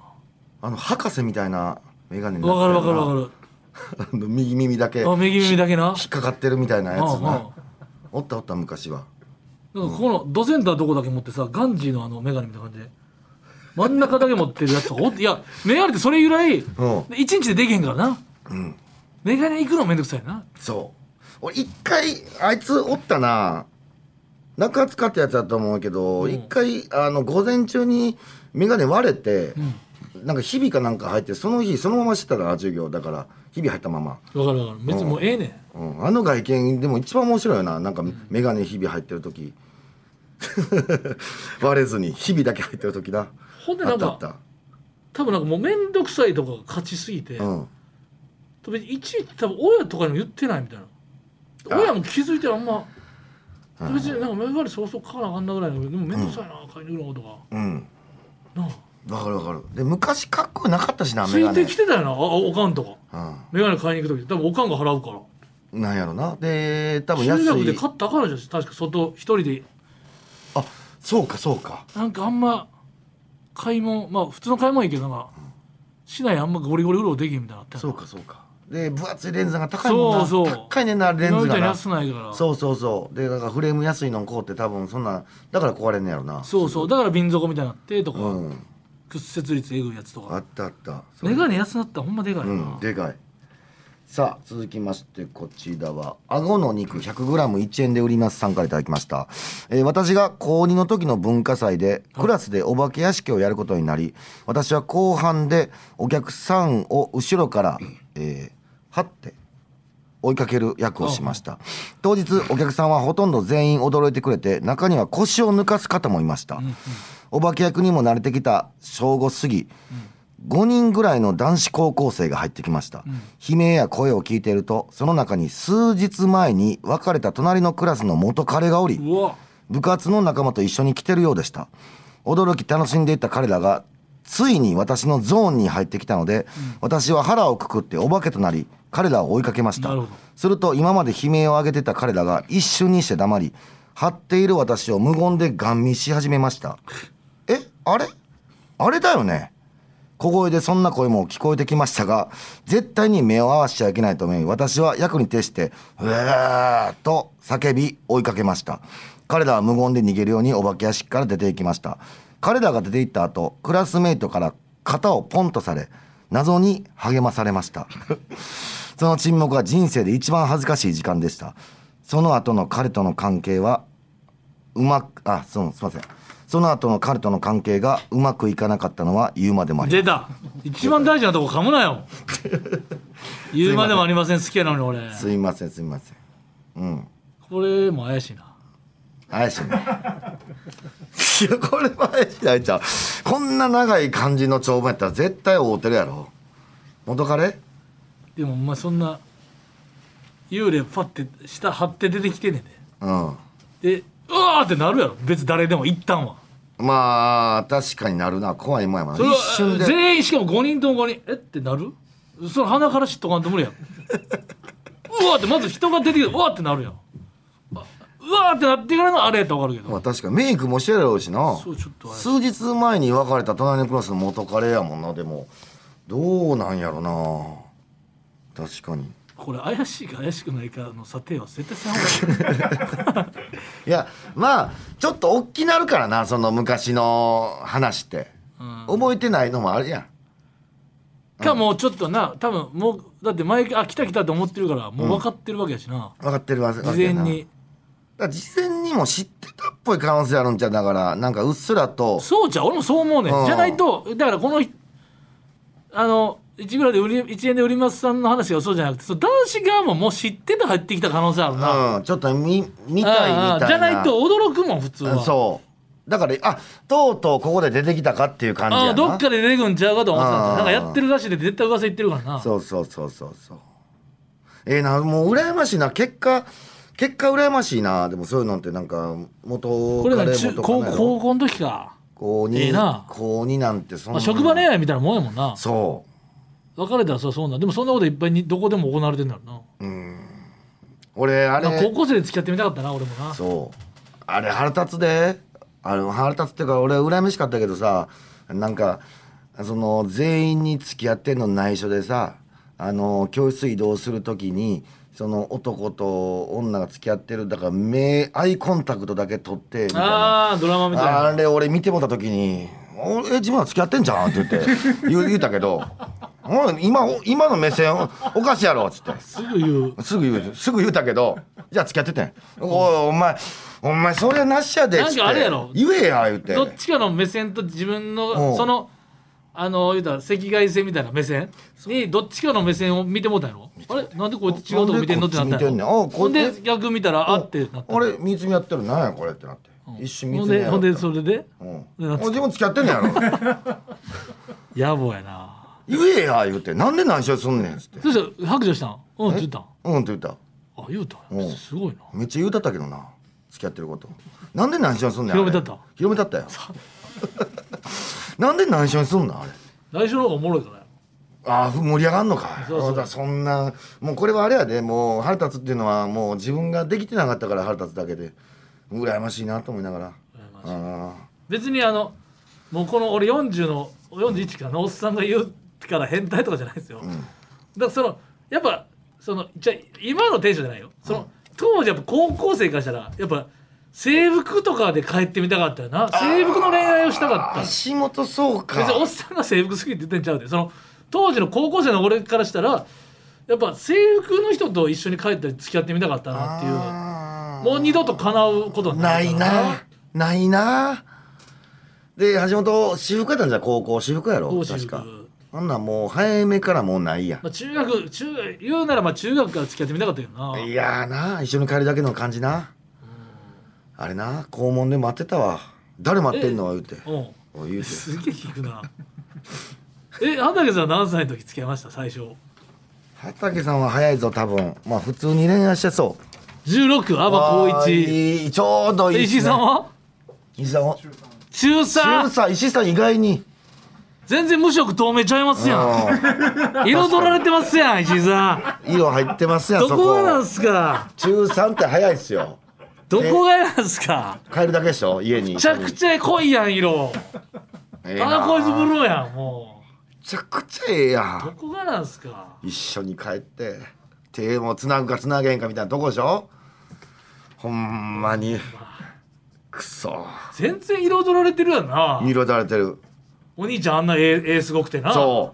Speaker 4: あの博士みたいな眼鏡にな
Speaker 3: 分かる分かる
Speaker 4: る
Speaker 3: 分か
Speaker 4: あの右耳だけ
Speaker 3: るあ
Speaker 4: 引
Speaker 3: 右耳だけな
Speaker 4: っかかってるみたいなやつ
Speaker 3: うんうん
Speaker 4: なおったおった昔は
Speaker 3: なんかこのドセンターどこだけ持ってさガンジーのあのメガネみたいな感じで真ん中だけ持ってるやつがおっていやメガネってそれぐらい一
Speaker 4: うん
Speaker 3: 日でできへんからな
Speaker 4: うん
Speaker 3: メガネ行くのめんどくさいな
Speaker 4: そう俺一回あいつおったな中塚ってやつだと思うけど
Speaker 3: うん
Speaker 4: 一、回あの午前中に眼鏡割れて
Speaker 3: う、ん
Speaker 4: なんか日々かなんか入ってその日そのまましてたら授業だから日々入ったまま、
Speaker 3: 分かる分かる別にもうええねん
Speaker 4: うん、あの外見でも一番面白いよななんか眼鏡日々入ってる時 割れずに日々だけ入ってる時だ
Speaker 3: ほんで
Speaker 4: あ
Speaker 3: な
Speaker 4: っ
Speaker 3: ん
Speaker 4: たあっ
Speaker 3: か
Speaker 4: た
Speaker 3: 多分なんかもうめんどくさいとかが勝ちすぎて、
Speaker 4: うん
Speaker 3: 多分いちいち多分親とかにも言ってないみたいな
Speaker 4: あ
Speaker 3: 親も気づいてあんま別になんかメガネそうそう書かなあかんなぐらいのでもめんどくさいな、買いに行くのとか
Speaker 4: うん
Speaker 3: なあ
Speaker 4: わかるわかるで昔かっこよなかったしな
Speaker 3: つ
Speaker 4: 眼
Speaker 3: い
Speaker 4: 鏡
Speaker 3: てきてたよなああおかんとか
Speaker 4: う
Speaker 3: メガネ買いに行く時多分おかんが払うから
Speaker 4: ん、なんやろなで多分安
Speaker 3: 中学で
Speaker 4: い
Speaker 3: 買ったからじゃん確か外一人で
Speaker 4: あそうかそうか
Speaker 3: なんかあんま買い物まあ普通の買い物いいけどなんか市内あんまゴリゴリうろうできへんみたいになって
Speaker 4: そうかそうかで分厚いレンズが高いもんな
Speaker 3: そうそう
Speaker 4: 高いねんなレンズ
Speaker 3: みた
Speaker 4: が
Speaker 3: いに
Speaker 4: な
Speaker 3: 安ないから
Speaker 4: そうそうそうでだからフレーム安いのんこうって多分そんなだから壊れんねやろな
Speaker 3: そうそうだから瓶底みたいになってとか、
Speaker 4: うん
Speaker 3: 屈折率えぐいやつと
Speaker 4: あ
Speaker 3: か
Speaker 4: ったあったそれ
Speaker 3: メガネ安なったらほんまでかいな、
Speaker 4: うんでかいさあ続きましてこちらは顎の肉 100g1 円で売りますさんからいただきました、えー私が高2の時の文化祭でクラスでお化け屋敷をやることになり私は後半でお客さんを後ろから、えー、はって追いかける役をしました当日お客さんはほとんど全員驚いてくれて中には腰を抜かす方もいました、お化け役にも慣れてきた正午過ぎ、5人ぐらいの男子高校生が入ってきました、悲鳴や声を聞いているとその中に数日前に別れた隣のクラスの元彼がおり、
Speaker 3: うわ
Speaker 4: 部活の仲間と一緒に来てるようでした驚き楽しんでいた彼らがついに私のゾーンに入ってきたので、私は腹をくくってお化けとなり彼らを追いかけました
Speaker 3: なるほど
Speaker 4: すると今まで悲鳴を上げてた彼らが一瞬にして黙り張っている私を無言でガン見し始めましたえあれあれだよね小声でそんな声も聞こえてきましたが絶対に目を合わせちゃいけないと思い私は役に徹して「うわー!」と叫び追いかけました彼らは無言で逃げるようにお化け屋敷から出て行きました彼らが出て行った後クラスメイトから肩をポンとされ謎に励まされましたその沈黙は人生で一番恥ずかしい時間でしたその後の彼との関係はうまくあそのすいませんその後の彼との関係がうまくいかなかったのは言うまでもありません
Speaker 3: 出た一番大事なとこ噛むな よ言うまでもありません好きやなのに俺
Speaker 4: すいませんすいませんうん
Speaker 3: これも怪しいな
Speaker 4: 怪しいね いやこれは怪しいないちゃうこんな長い感じの長文やったら絶対合うてるやろ元カレ
Speaker 3: でもお前そんな幽霊パッて下張って出てきてんねん
Speaker 4: うん
Speaker 3: ででうわーってなるやろ別に誰でも一旦は
Speaker 4: まあ確かになるな怖いもんやもん
Speaker 3: それ
Speaker 4: な
Speaker 3: は
Speaker 4: 一瞬で
Speaker 3: 全員しかも5人とも5人えってなるその鼻から知っとかんと無理やん うわってまず人が出てきてうわってなるやんあうわってなってからのあれやったら分かるけど
Speaker 4: まあ確かにメイクもしてるやろうしな
Speaker 3: そうちょっとあれ
Speaker 4: 数日前に別れた隣のクラスの元カレやもんなでもどうなんやろな確かに
Speaker 3: これ怪しいか怪しくないかの査定は絶対せんほうがいい
Speaker 4: いやまあちょっとおっきなるからなその昔の話って、
Speaker 3: うん
Speaker 4: 覚えてないのもあるやん
Speaker 3: かもうちょっとな多分もうだって前あ来た来たと思ってるからもう分かってるわけやしな、
Speaker 4: 分かってるわわ
Speaker 3: 事
Speaker 4: けや
Speaker 3: 前
Speaker 4: な
Speaker 3: に
Speaker 4: だから事前にも知ってたっぽい可能性あるんじゃうだからなんかうっすらと
Speaker 3: そうじゃん俺もそう思うね
Speaker 4: うん
Speaker 3: んじゃないとだからこの人あの1グラで売り1円で売りますさんの話がそうじゃなくてその男子側ももう知ってて入ってきた可能性あるな、
Speaker 4: うん、ちょっとみ見たいみ
Speaker 3: ああ
Speaker 4: たいな
Speaker 3: じゃないと驚くもん普通は、
Speaker 4: そうだからあとうとうここで出てきたかっていう感じや
Speaker 3: あ
Speaker 4: な
Speaker 3: あどっかで出てくんちゃうかと思ってたん
Speaker 4: ああ
Speaker 3: だなんかやってるらしいで絶対噂言ってるからな
Speaker 4: そうそうそうそうそうえー、なもう羨ましいな結果結果羨ましいなでもそういうのってなんか元
Speaker 3: これ
Speaker 4: カ
Speaker 3: が
Speaker 4: レ
Speaker 3: 中
Speaker 4: 元カ
Speaker 3: 高
Speaker 4: レやろ
Speaker 3: 高校の時か、
Speaker 4: 高2、
Speaker 3: ええな
Speaker 4: 高2なんてそん
Speaker 3: ま
Speaker 4: な
Speaker 3: あ、職場恋愛みたいなもんやもんな
Speaker 4: そ
Speaker 3: 別れたらそりゃそうなんでもそんなこといっぱいにどこでも行われてんだろう
Speaker 4: う
Speaker 3: な
Speaker 4: 俺あれ
Speaker 3: まあ高校生で付き合ってみたかったな俺もな
Speaker 4: そうあれ腹立つであれ腹立つっていうか俺羨ましかったけどさなんかその全員に付き合ってんの内緒でさあの教室移動する時にその男と女が付き合ってるだから目アイコンタクトだけ取ってみたいな
Speaker 3: ああドラマみたい
Speaker 4: あ
Speaker 3: な
Speaker 4: れ俺見てもらった時に「おえ自分は付き合ってんじゃん」って言って言う言うたけど「おい今お今の目線おおかしいやろ」っつって。
Speaker 3: すぐ言う
Speaker 4: すぐ言う、すぐ言うたけど、じゃあ付き合っててん。おい、お前、お前、それなしやで。
Speaker 3: なんか
Speaker 4: つって
Speaker 3: あれやろ
Speaker 4: 言えや、言うて。
Speaker 3: どっちかの目線と自分
Speaker 4: うん
Speaker 3: のそのあの言うたら赤外線みたいな目線にどっちかの目線を見てもうたんやろあれなんでこいつ違うとこ見てんのってなったん
Speaker 4: な
Speaker 3: や
Speaker 4: ん
Speaker 3: ろ
Speaker 4: でこ
Speaker 3: ほ
Speaker 4: っち見て
Speaker 3: ん
Speaker 4: んねんあこいつ
Speaker 3: で逆見たらあってなった
Speaker 4: あれ、三つ目やってる、なんや、これってなって。一瞬三
Speaker 3: ほん
Speaker 4: つ目
Speaker 3: で
Speaker 4: や
Speaker 3: ほ
Speaker 4: ろ
Speaker 3: んでそれで
Speaker 4: うん
Speaker 3: でなんつ
Speaker 4: お自分付き合ってんねやろ。
Speaker 3: 野暮やな
Speaker 4: 言えや、言うて。なんで内緒にすんねん、つって。
Speaker 3: そしたら白状したんうんって言ったん
Speaker 4: うんって言った。
Speaker 3: あ言うたん
Speaker 4: うん
Speaker 3: すごいな
Speaker 4: めっちゃ言うたったけどな。付き合ってること。なんで内緒にすんねん。
Speaker 3: 広めたった
Speaker 4: あれ広めたったよ。 なんで内緒にすんのあれ。
Speaker 3: 来週の方がおもろいから
Speaker 4: ああ盛り上がんのか
Speaker 3: そうそう
Speaker 4: あだそんなもうこれはあれやでもう腹立つっていうのはもう自分ができてなかったから腹立つだけで羨ましいなと思いながら
Speaker 3: 羨ましい
Speaker 4: あ
Speaker 3: 別にあのもうこの俺40の41かのおっさんが言うから変態とかじゃないですよ、だからそのやっぱそのじゃあ今のテンションじゃないよその、当時やっぱ高校生からしたらやっぱ制服とかで帰ってみたかったよな制服の恋愛をしたかった
Speaker 4: 足元そうか
Speaker 3: 別におっさんが制服好きって言ってんちゃうでその当時の高校生の俺からしたらやっぱ制服の人と一緒に帰ったり付き合ってみたかったなっていう
Speaker 4: あー
Speaker 3: もう二度と叶うことは
Speaker 4: ないなないなで橋本私服やったんじゃん高校私服やろ
Speaker 3: 高校
Speaker 4: 確
Speaker 3: 私服
Speaker 4: かあんなんもう早めからもうないやん
Speaker 3: まあ、中学中言うならまあ中学から付き合ってみたかったよない
Speaker 4: やーな一緒に帰るだけの感じなあれな校門で待ってたわ誰待ってんの言うて
Speaker 3: う
Speaker 4: おい言うんて
Speaker 3: すげえ聞くなえ畑さん何歳の時付き合いました最初
Speaker 4: 畑さんは早いぞ多分まあ普通に恋愛してそう
Speaker 3: 16あば
Speaker 4: あ
Speaker 3: 高
Speaker 4: ー
Speaker 3: 一
Speaker 4: いいちょうどいいっすね
Speaker 3: 石井さんは
Speaker 4: 石井さんは
Speaker 3: 中
Speaker 4: 13
Speaker 3: 3
Speaker 4: 歳石井さん意外に
Speaker 3: 全然無色透明ちゃいますやん彩られてますやん石井さ
Speaker 4: うん色入ってますや
Speaker 3: ん
Speaker 4: ん
Speaker 3: ど
Speaker 4: そこ
Speaker 3: こなんすか
Speaker 4: 中3って早いっすよ
Speaker 3: どこがなんすか
Speaker 4: 帰るだけでしょ家に
Speaker 3: めちゃくちゃ濃いやん色
Speaker 4: ええ
Speaker 3: あ
Speaker 4: な
Speaker 3: の
Speaker 4: あ
Speaker 3: こいつブルーやんも
Speaker 4: めちゃくちゃええや
Speaker 3: うど
Speaker 4: ん
Speaker 3: こがなんすか
Speaker 4: 一緒に帰って手もつなぐかつなげんかみたいなとこでしょほんまにくそ
Speaker 3: 全然彩られてるやんな
Speaker 4: 色だれてる
Speaker 3: お兄ちゃんあんな絵絵すごくてな
Speaker 4: そ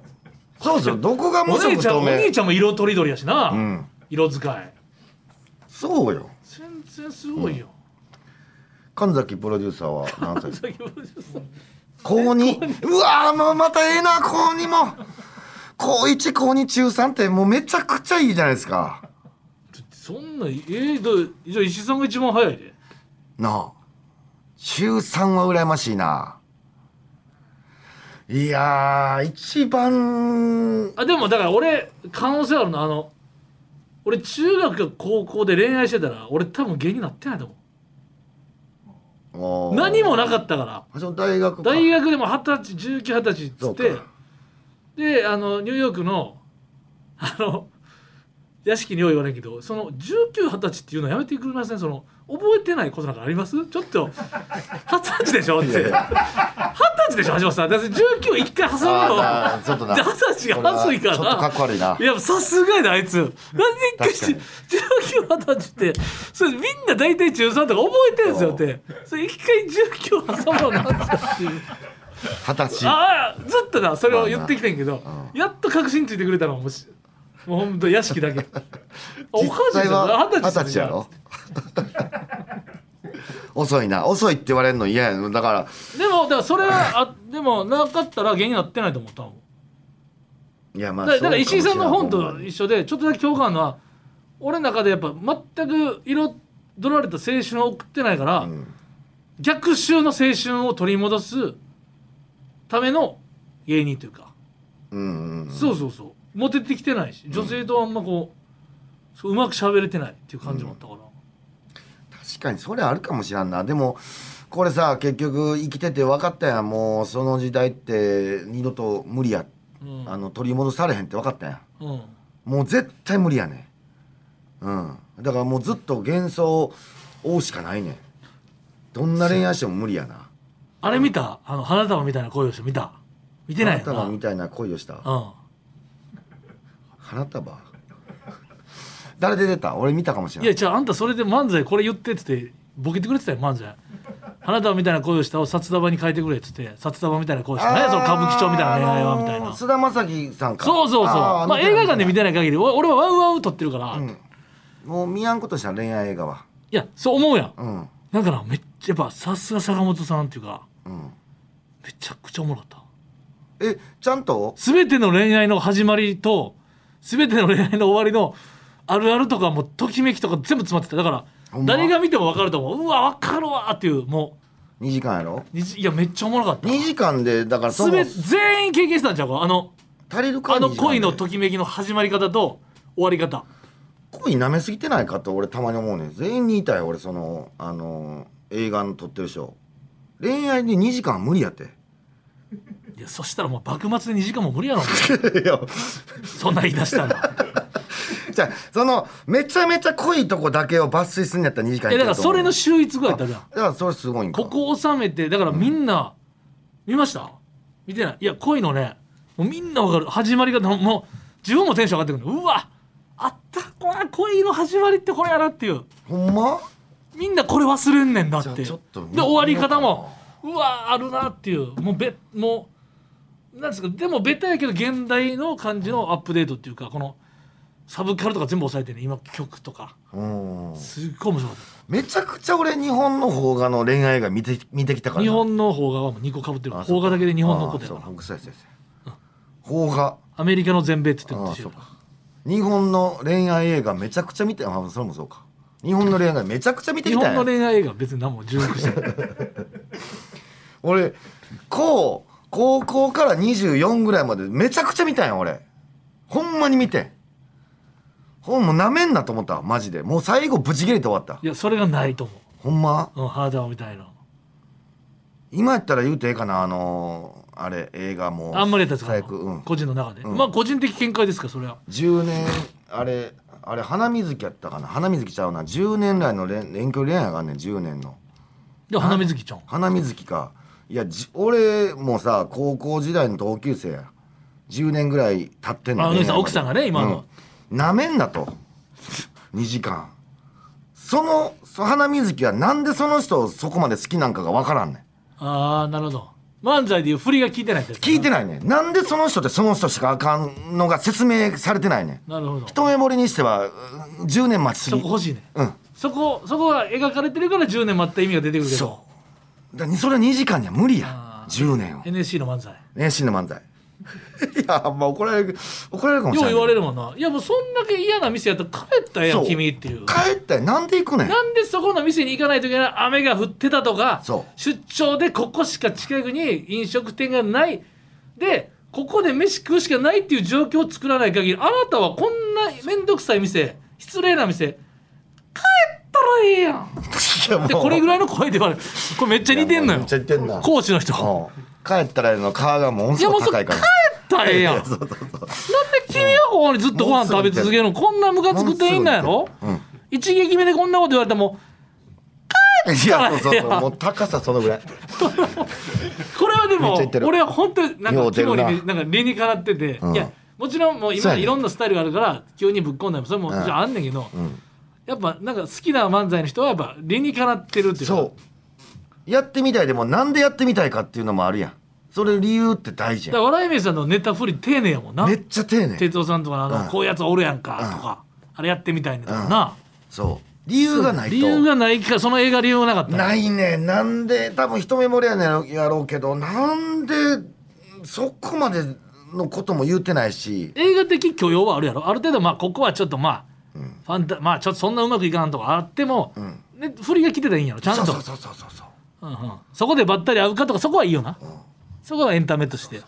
Speaker 4: うそうそうどこが無
Speaker 3: お
Speaker 4: 色
Speaker 3: 姉ちゃん
Speaker 4: 透
Speaker 3: お兄
Speaker 4: 明
Speaker 3: ちゃんも色とりどりやしな、
Speaker 4: ん
Speaker 3: 色使い
Speaker 4: そうよ
Speaker 3: 全然すごいよ、
Speaker 4: 神崎プロデューサーは何歳
Speaker 3: さっきも言ったさ
Speaker 4: 高二うわーもうまたええな高二も高一高二中三ってもうめちゃくちゃいいじゃないですか
Speaker 3: そんなえー、どうじゃあ石井さんが一番早いで
Speaker 4: なあ中三は羨ましいないやー一番
Speaker 3: あでもだから俺可能性あるのあの俺中学高校で恋愛してたら俺多分芸になってないと思う何
Speaker 4: も
Speaker 3: もなかったから
Speaker 4: その大学か
Speaker 3: 大学でも二十歳19二十歳っつ
Speaker 4: そ
Speaker 3: っ
Speaker 4: う
Speaker 3: て
Speaker 4: か
Speaker 3: であのニューヨークのあの屋敷によう言わないけどその19二十歳っていうのやめてくれませんその覚えてないことなんかありますちょっと二十歳でしょって
Speaker 4: い
Speaker 3: 二
Speaker 4: やい
Speaker 3: 十
Speaker 4: や
Speaker 3: 歳でしょ橋本さんだって19一回挟むの
Speaker 4: あーなちょっとな
Speaker 3: で二十歳が恥ずいか
Speaker 4: それはちょっとからっこ悪いない
Speaker 3: やさすがやなあいつなんで一回して19二十歳ってそれみんな大体中3とか覚えてるんですよってそれ一回19挟むのなんですかっていう。
Speaker 4: 二十歳
Speaker 3: ああずっとなそれを言ってきてんけど、やっと確信ついてくれたのはもしもうほんと屋敷 だけお
Speaker 4: 実
Speaker 3: かしい
Speaker 4: 際
Speaker 3: じゃん
Speaker 4: は
Speaker 3: 二
Speaker 4: 二十
Speaker 3: 十歳
Speaker 4: 歳やろ 遅いな遅いって言われるの嫌やだから
Speaker 3: でもだからそれはあでもなかったら芸人になってないと思ったもん
Speaker 4: いやま
Speaker 3: だ
Speaker 4: あ
Speaker 3: からだから石井さんの本
Speaker 4: そうか
Speaker 3: と
Speaker 4: も
Speaker 3: 一緒でちょっとだけ共感あるのは俺の中でやっぱ全く彩られた青春を送ってないから、
Speaker 4: しれんうん
Speaker 3: 逆襲の青春を取り戻すための芸人というか
Speaker 4: うんうんうん
Speaker 3: そうそうそうモテてきてないし女性とあんまこうそううまく喋れてないっていう感じもあったから、
Speaker 4: 確かにそれあるかもしらんなでもこれさ結局生きてて分かったやんもうその時代って二度と無理や
Speaker 3: うん
Speaker 4: あの取り戻されへんって分かったやん
Speaker 3: うん
Speaker 4: もう絶対無理やねんうんだからもうずっと幻想を追うしかないねんどんな恋愛しても無理やな
Speaker 3: あれ見たあの花束みたいな恋をして見た見てない
Speaker 4: 花
Speaker 3: よな
Speaker 4: 束みたいな恋をした
Speaker 3: うん
Speaker 4: 花束誰で出た俺見たかもしれ
Speaker 3: い
Speaker 4: な
Speaker 3: や
Speaker 4: い
Speaker 3: じゃああんたそれで漫才これ言ってっつってボケてくれてたよ漫才花束みたいな恋をしたを札束に変えてくれっつって札束みたいな恋をした何やその歌舞伎町みたいな恋愛はみたいな
Speaker 4: 菅田将暉さんか
Speaker 3: そうそうそう
Speaker 4: あー
Speaker 3: まあ映画館で見
Speaker 4: た
Speaker 3: てない限りお俺はワウワウ撮ってるから、
Speaker 4: ん
Speaker 3: い
Speaker 4: もう見やんことした恋愛映画は
Speaker 3: やそう思うやん
Speaker 4: うん
Speaker 3: だからめっちゃやっぱさすが坂本さんっていうか
Speaker 4: うん
Speaker 3: めちゃくちゃおもろかった
Speaker 4: えちゃんと
Speaker 3: 全ての恋愛の始まりと全ての恋愛の終わりのあるあるとかもうときめきとか全部詰まってただか
Speaker 4: ほん
Speaker 3: ら
Speaker 4: ま
Speaker 3: 誰が見ても分かると思ううわ分かるわっていうも
Speaker 4: 2時間やろ
Speaker 3: うにじいやめっちゃおもろかった
Speaker 4: 2時間でだからその
Speaker 3: 全全員経験したんちゃうかあの
Speaker 4: 足りるか
Speaker 3: あの
Speaker 4: 二時間で
Speaker 3: 恋のときめきの始まり方と終わり方
Speaker 4: 恋舐めすぎてないかと俺たまに思うねん全員にいたよ俺そのあの映画の撮ってる人恋愛で2時間は無理やって
Speaker 3: いやそしたらもう幕末で2時間も無理やろお前
Speaker 4: いや
Speaker 3: そんなん言い出 したら
Speaker 4: じゃあそのめちゃめちゃ濃いとこだけを抜粋するんやったら2時間
Speaker 3: え
Speaker 4: いけ
Speaker 3: だから
Speaker 4: ると思
Speaker 3: そうれの
Speaker 4: だ
Speaker 3: 秀逸具合だったじゃん
Speaker 4: からそれすごいんか
Speaker 3: ここ収めてだからみんな、見ました見てないいや恋のねもうみんなわかる始まり方ももう自分もテンション上がってくるのうわあったこれ恋の始まりってこれやなっていう
Speaker 4: ほんま
Speaker 3: みんなこれ忘れんねんなっ
Speaker 4: じ
Speaker 3: て
Speaker 4: ゃあ
Speaker 3: で
Speaker 4: ちょっと見
Speaker 3: 終わり方もうわあるなっていうもうべもうなんですかでもベタやけど現代の感じのアップデートっていうかこのサブカルとか全部押さえてね今曲とか
Speaker 4: うん
Speaker 3: すっごい面白かっ
Speaker 4: めちゃくちゃ俺日本の邦画の恋愛が見て見てきたか
Speaker 3: た
Speaker 4: ら
Speaker 3: 日本の邦画はもう2個かぶってる邦画だけで日本のことや
Speaker 4: だ
Speaker 3: か
Speaker 4: かららそうそう邦画
Speaker 3: アメリカの全米って言ってるんです
Speaker 4: あ
Speaker 3: よ
Speaker 4: あ。日本の恋愛映画めちゃくちゃ見てあそれもそうか日本の恋愛めちゃくちゃ見て
Speaker 3: 日
Speaker 4: きた
Speaker 3: 本
Speaker 4: や
Speaker 3: の
Speaker 4: ん
Speaker 3: 恋愛映画は別に何も重複してない
Speaker 4: 俺高高校から24ぐらいまでめちゃくちゃ見たんや俺ほんまに見てほんまなめんなと思ったわマジでもう最後ブチ切れて終わった
Speaker 3: いやそれがないと思
Speaker 4: ほんま
Speaker 3: う、うん、ハーダーみたいな
Speaker 4: 今やったら言うてええかなあのーあれ映画も
Speaker 3: あんまりやったやつかな
Speaker 4: 最悪うん
Speaker 3: 個人の中で、
Speaker 4: うん
Speaker 3: まあ個人的見解ですかそれは
Speaker 4: 10年あれあれ花水木やったかな花水木ちゃうな10年来の恋遠距離恋愛があんねん10年の
Speaker 3: で花水木ちゃん
Speaker 4: 花水木かいやじ俺もさ高校時代の同級生や10年ぐらい経ってんの
Speaker 3: あ
Speaker 4: 恋愛まで
Speaker 3: 奥さんがね今の
Speaker 4: うんな、めんなと2時間そのそ花水木はなんでその人をそこまで好きなんかが分からんねん
Speaker 3: ああなるほど漫才でいう振りが聞いてないってやつ
Speaker 4: 聞いてないねんなんでその人ってその人しかあかんのが説明されてないねん
Speaker 3: なるほど
Speaker 4: 一目惚れにしてはうん10年待ちす
Speaker 3: そ
Speaker 4: ぎ
Speaker 3: こ欲しいね
Speaker 4: うん
Speaker 3: そこそこが描かれてるから10年待った意味が出てくるけど
Speaker 4: だからそれは2時間じゃ無理や
Speaker 3: あ
Speaker 4: 10年を
Speaker 3: NSC の漫才
Speaker 4: 年始の漫 才いやあんま怒られる怒られるかもし
Speaker 3: よ
Speaker 4: れな
Speaker 3: う
Speaker 4: い
Speaker 3: 言われるもんないやもうそんだけ嫌な店やったら帰ったらええや
Speaker 4: そ
Speaker 3: ん
Speaker 4: う
Speaker 3: 君っていう
Speaker 4: 帰ったらなんで行くねん
Speaker 3: なんでそこの店に行かないといけない雨が降ってたとか
Speaker 4: そう
Speaker 3: 出張でここしか近くに飲食店がないでここで飯食うしかないっていう状況を作らない限りあなたはこんな面倒くさい店失礼な店帰ったらええやん
Speaker 4: やも う
Speaker 3: でこれぐらいの声ではこれめっちゃ似てんの
Speaker 4: めっ
Speaker 3: よ
Speaker 4: ちゃ似てんな
Speaker 3: 講師の人
Speaker 4: うん帰ったらの皮がもの
Speaker 3: い
Speaker 4: す
Speaker 3: やも
Speaker 4: ごく
Speaker 3: うそ
Speaker 4: 高
Speaker 3: れ
Speaker 4: い
Speaker 3: 帰
Speaker 4: か
Speaker 3: っ
Speaker 4: ら
Speaker 3: たらええ やんなんで君はここにずっとご飯食べ続けるのこんなムカつく店員なんやろ
Speaker 4: うん
Speaker 3: 一撃目でこんなこと言われても
Speaker 4: いやそうそう
Speaker 3: 帰
Speaker 4: そ
Speaker 3: ったら
Speaker 4: うもう高さそのぐらい
Speaker 3: これは
Speaker 4: め
Speaker 3: で
Speaker 4: っち
Speaker 3: も
Speaker 4: ゃ言ってる
Speaker 3: 俺は本当になん
Speaker 4: よ
Speaker 3: か
Speaker 4: う出
Speaker 3: 肝
Speaker 4: る
Speaker 3: に
Speaker 4: な
Speaker 3: ねなんか理にかなってて、
Speaker 4: うん
Speaker 3: いやもちろんも
Speaker 4: そう
Speaker 3: う今
Speaker 4: やね
Speaker 3: いろんなスタイルがあるから急にぶっ込んだりもそれも
Speaker 4: ん
Speaker 3: じゃああんねんけど、
Speaker 4: ん
Speaker 3: やっぱなんか好きな漫才の人はやっぱ理にかなってるっていうか
Speaker 4: そうやってみたいでもなんでやってみたいかっていうのもあるやんそれ理由って大事
Speaker 3: だか
Speaker 4: や
Speaker 3: ら笑い飯さんのネタ振り丁寧やもんなん
Speaker 4: めっちゃ丁寧
Speaker 3: 哲夫さんとかのあの、
Speaker 4: うん
Speaker 3: こういうやつおるやんかとか、あれやってみたいねんとかな、
Speaker 4: そう理由がないと
Speaker 3: 理由がないからその映画理由がなかった
Speaker 4: ないねなんで多分一目惚れやねんやろうけどなんでそこまでのことも言うてないし
Speaker 3: 映画的許容はあるやろある程度まあここはちょっとまあ、ファンタまあちょっとそんなうまくいかんとかあっても、ね、振りが来てたらいいんやろちゃんと
Speaker 4: そうそうそうそうそうそう
Speaker 3: うんうんそこでばったり会うかとかそこはいいよな、そこはエンタメとして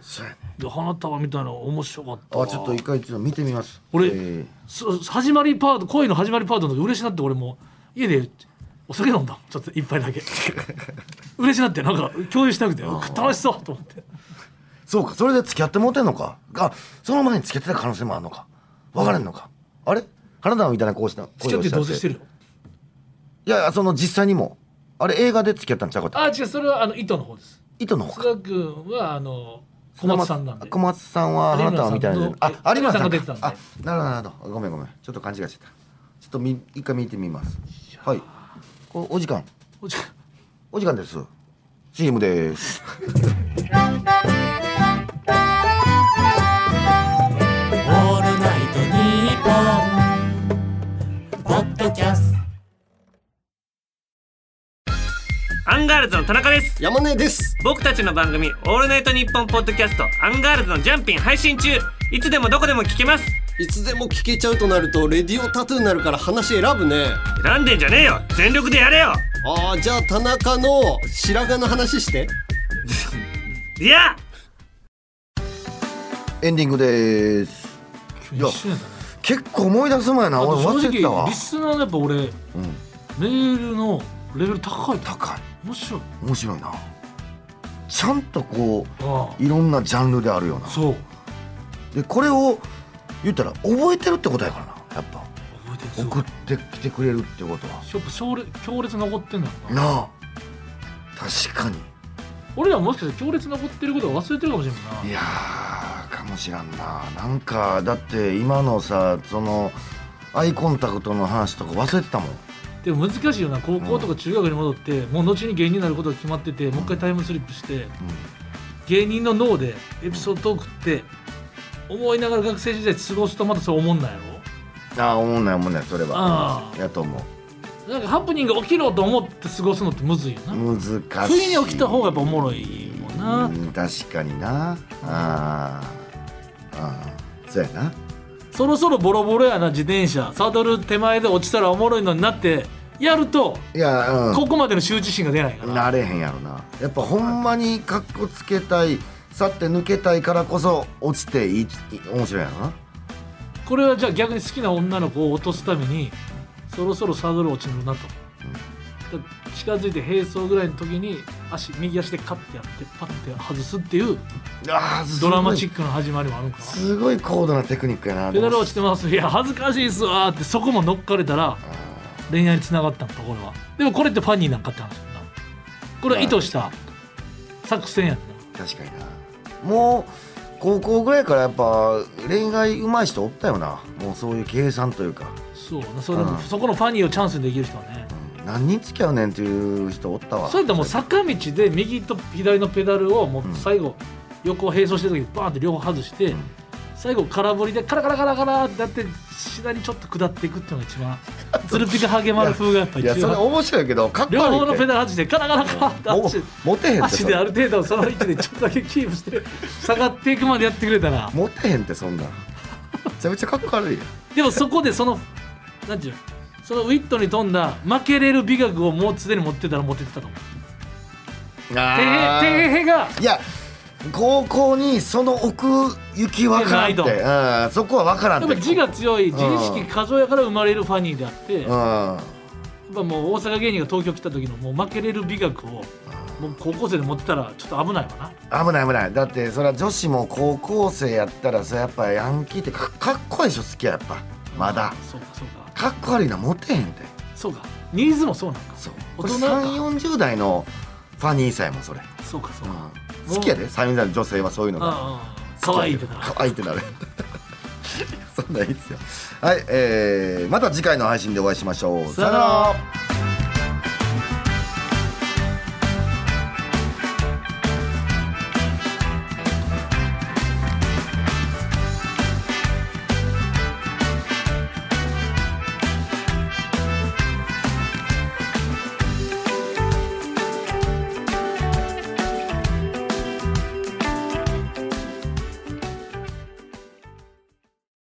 Speaker 4: そうやね
Speaker 3: で花束みたいなの面白かったわ
Speaker 4: あちょっと一回ちょっと見てみます
Speaker 3: 俺
Speaker 4: えー
Speaker 3: そ始まりパート恋の始まりパートの時嬉しなって俺もう家でお酒飲んだちょっと一 杯だけ嬉しなってなんか共有したくて楽しそうと思って
Speaker 4: そうかそれで付き合ってもうてんのかあその前に付き合ってた可能性もあるのか分からんのか、あれ花束みたいなこうした
Speaker 3: 付き合ってどうせ
Speaker 4: せ
Speaker 3: してるよ
Speaker 4: いやいやその実際にもあれ映画で付き合ったんちゃうかった
Speaker 3: あ違うそれはあの糸の方です
Speaker 4: 糸のほか
Speaker 3: 菅君はあの小松さんなんで
Speaker 4: 小松さんは
Speaker 3: 有
Speaker 4: 花
Speaker 3: 村さん
Speaker 4: 束みたいなの
Speaker 3: と
Speaker 4: あ有村さん
Speaker 3: 有村さんが出てた
Speaker 4: あ
Speaker 3: んで
Speaker 4: なるほどなるほどごめんごめんちょっと勘違いしてたちょっとみ一回見てみますはいこれお時間
Speaker 3: おじ
Speaker 4: お時間です CM です
Speaker 2: オールナイトニッポン」ポッドキャスト
Speaker 5: アンガールズの田中です
Speaker 6: 山根です
Speaker 5: 僕たちの番組「オールナイトニッポン」ポッドキャスト「アンガールズのジャンピン」配信中いつでもどこでも聞けます
Speaker 6: いつでも聞けちゃうとなるとレディオタトゥーになるから話選ぶね
Speaker 5: 選んでんじゃねえよ全力でやれよ
Speaker 6: ああじゃあ田中の白髪の話して
Speaker 5: いや
Speaker 4: エンディングです
Speaker 3: 一緒やったね
Speaker 4: 結構思い出す前な
Speaker 3: あ
Speaker 4: 俺
Speaker 3: と
Speaker 4: 忘れて
Speaker 3: 正
Speaker 4: たわ
Speaker 3: 直リスナーのやっぱ俺
Speaker 4: う
Speaker 3: メ
Speaker 4: ん
Speaker 3: ールのレベル高い高い
Speaker 4: 高い
Speaker 3: 面白い
Speaker 4: 面白いなちゃんとこ
Speaker 3: あ
Speaker 4: ういろんなジャンルであるような
Speaker 3: あそう
Speaker 4: でこれを言ったら覚えてるってことやからなやっぱ
Speaker 3: 覚えてるすご
Speaker 4: 送
Speaker 3: い
Speaker 4: ってきてくれるってことは
Speaker 3: やっぱ強烈強烈残ってんだろうな
Speaker 4: なあ確かに
Speaker 3: 俺らもしかして強烈残ってることを忘れてるかもしれんない
Speaker 4: いやーかもしらんななんかだって今のさそのアイコンタクトの話とか忘れてたもん
Speaker 3: なでも難しいよな高校とか中学に戻って、もう後に芸人になることが決まっててもう一回タイムスリップして芸人の脳でエピソードトークって思いながら学生時代過ごすとまたそれ思んないやろ
Speaker 4: ああ思んない思んないそれは
Speaker 3: ああ
Speaker 4: やと思う
Speaker 3: なんかハプニング起きろと思って過ごすのってむずいよな
Speaker 4: 難し
Speaker 3: 不
Speaker 4: い
Speaker 3: 意に起きた方がやっぱおもろいもんな、
Speaker 4: うん確かになあーあーそうやな
Speaker 3: そろそろボロボロやな自転車サドル手前で落ちたらおもろいのになってやると
Speaker 4: いやうん
Speaker 3: ここまでの羞恥心が出ないから
Speaker 4: なれへんやろなやっぱほんまにかっこつけたい去って抜けたいからこそ落ちていい面白いやろな
Speaker 3: これはじゃあ逆に好きな女の子を落とすためにそろそろサドル落ちるなと、だ近づいて並走ぐらいの時に足右足でカッてやってパッて外すっていう
Speaker 4: あーすご
Speaker 3: ド
Speaker 4: い
Speaker 3: ラマチックな始まりもあるんかな
Speaker 4: すごい高度なテクニックやな
Speaker 3: ペダル落
Speaker 4: ち
Speaker 3: ちてますいや恥ずかしいっすわーってそこも乗っかれたら恋愛に繋がったのかこれはでもこれってファニーなんかって話だなこれは意図した作戦やんな
Speaker 4: 確かになもう高校ぐらいからやっぱ恋愛上手い人おったよなもうそういう計算というか、
Speaker 3: そうなそれ
Speaker 4: うん
Speaker 3: そこのファニーをチャンスにできる人はね
Speaker 4: うん何人付き合うねんっていう人おったわ
Speaker 3: そういったらもう坂道で右と左のペダルをもう最後横を並走してる時にバーンって両方外して、最後空振りでカラカラカラカラってやって下にちょっと下っていくっていうのが 一番ツルピカハゲマル風がやっぱ
Speaker 4: いや
Speaker 3: 一
Speaker 4: それ
Speaker 3: 番
Speaker 4: 面白いけどかっこ
Speaker 3: 両
Speaker 4: 悪い
Speaker 3: 方のペ
Speaker 4: ル
Speaker 3: ダル外してカラカラカラって足
Speaker 4: モテへんって
Speaker 3: 足
Speaker 4: そ
Speaker 3: であ
Speaker 4: れ
Speaker 3: る程度その位置でちょっとだけキープして下がっていくまでやってくれたら
Speaker 4: モテへんってそんなんめちゃめちゃかっこ悪 いやん
Speaker 3: でもそこでそのなんていうのそのウィットに富んだ負けれる美学をもうすでに持ってたら持ってたと思う。て
Speaker 4: あー
Speaker 3: へてへへが
Speaker 4: いや高校にその奥行きわからんって、
Speaker 3: い
Speaker 4: うん、そこはわからん
Speaker 3: や
Speaker 4: っ
Speaker 3: っぱ
Speaker 4: て
Speaker 3: 自我強い
Speaker 4: ん
Speaker 3: 自意識過剰やから生まれるファニーであって、
Speaker 4: うん
Speaker 3: ぱもう大阪芸人が東京来た時のもう負けれる美学をもう高校生で持ってたらちょっと危ないわな
Speaker 4: 危ない危ないだってそれは女子も高校生やったらさやっぱヤンキーってかかっこいいでしょ好きややっぱまだ
Speaker 3: そうかそうか
Speaker 4: かっこ悪いなモテへんて
Speaker 3: そうかニーズもそうなんか
Speaker 4: そう
Speaker 3: 大
Speaker 4: これ
Speaker 3: 人か
Speaker 4: 3 4 0代のファニーさやもんそれ、
Speaker 3: そうかそううんか、
Speaker 4: 好きやで3 4 0代の女性はそういうの
Speaker 3: うん、
Speaker 4: が
Speaker 3: ああかわいいってな
Speaker 4: 可愛いってなる そんなんいいっすよはいえー、また次回の配信でお会いしましょう
Speaker 3: さよなら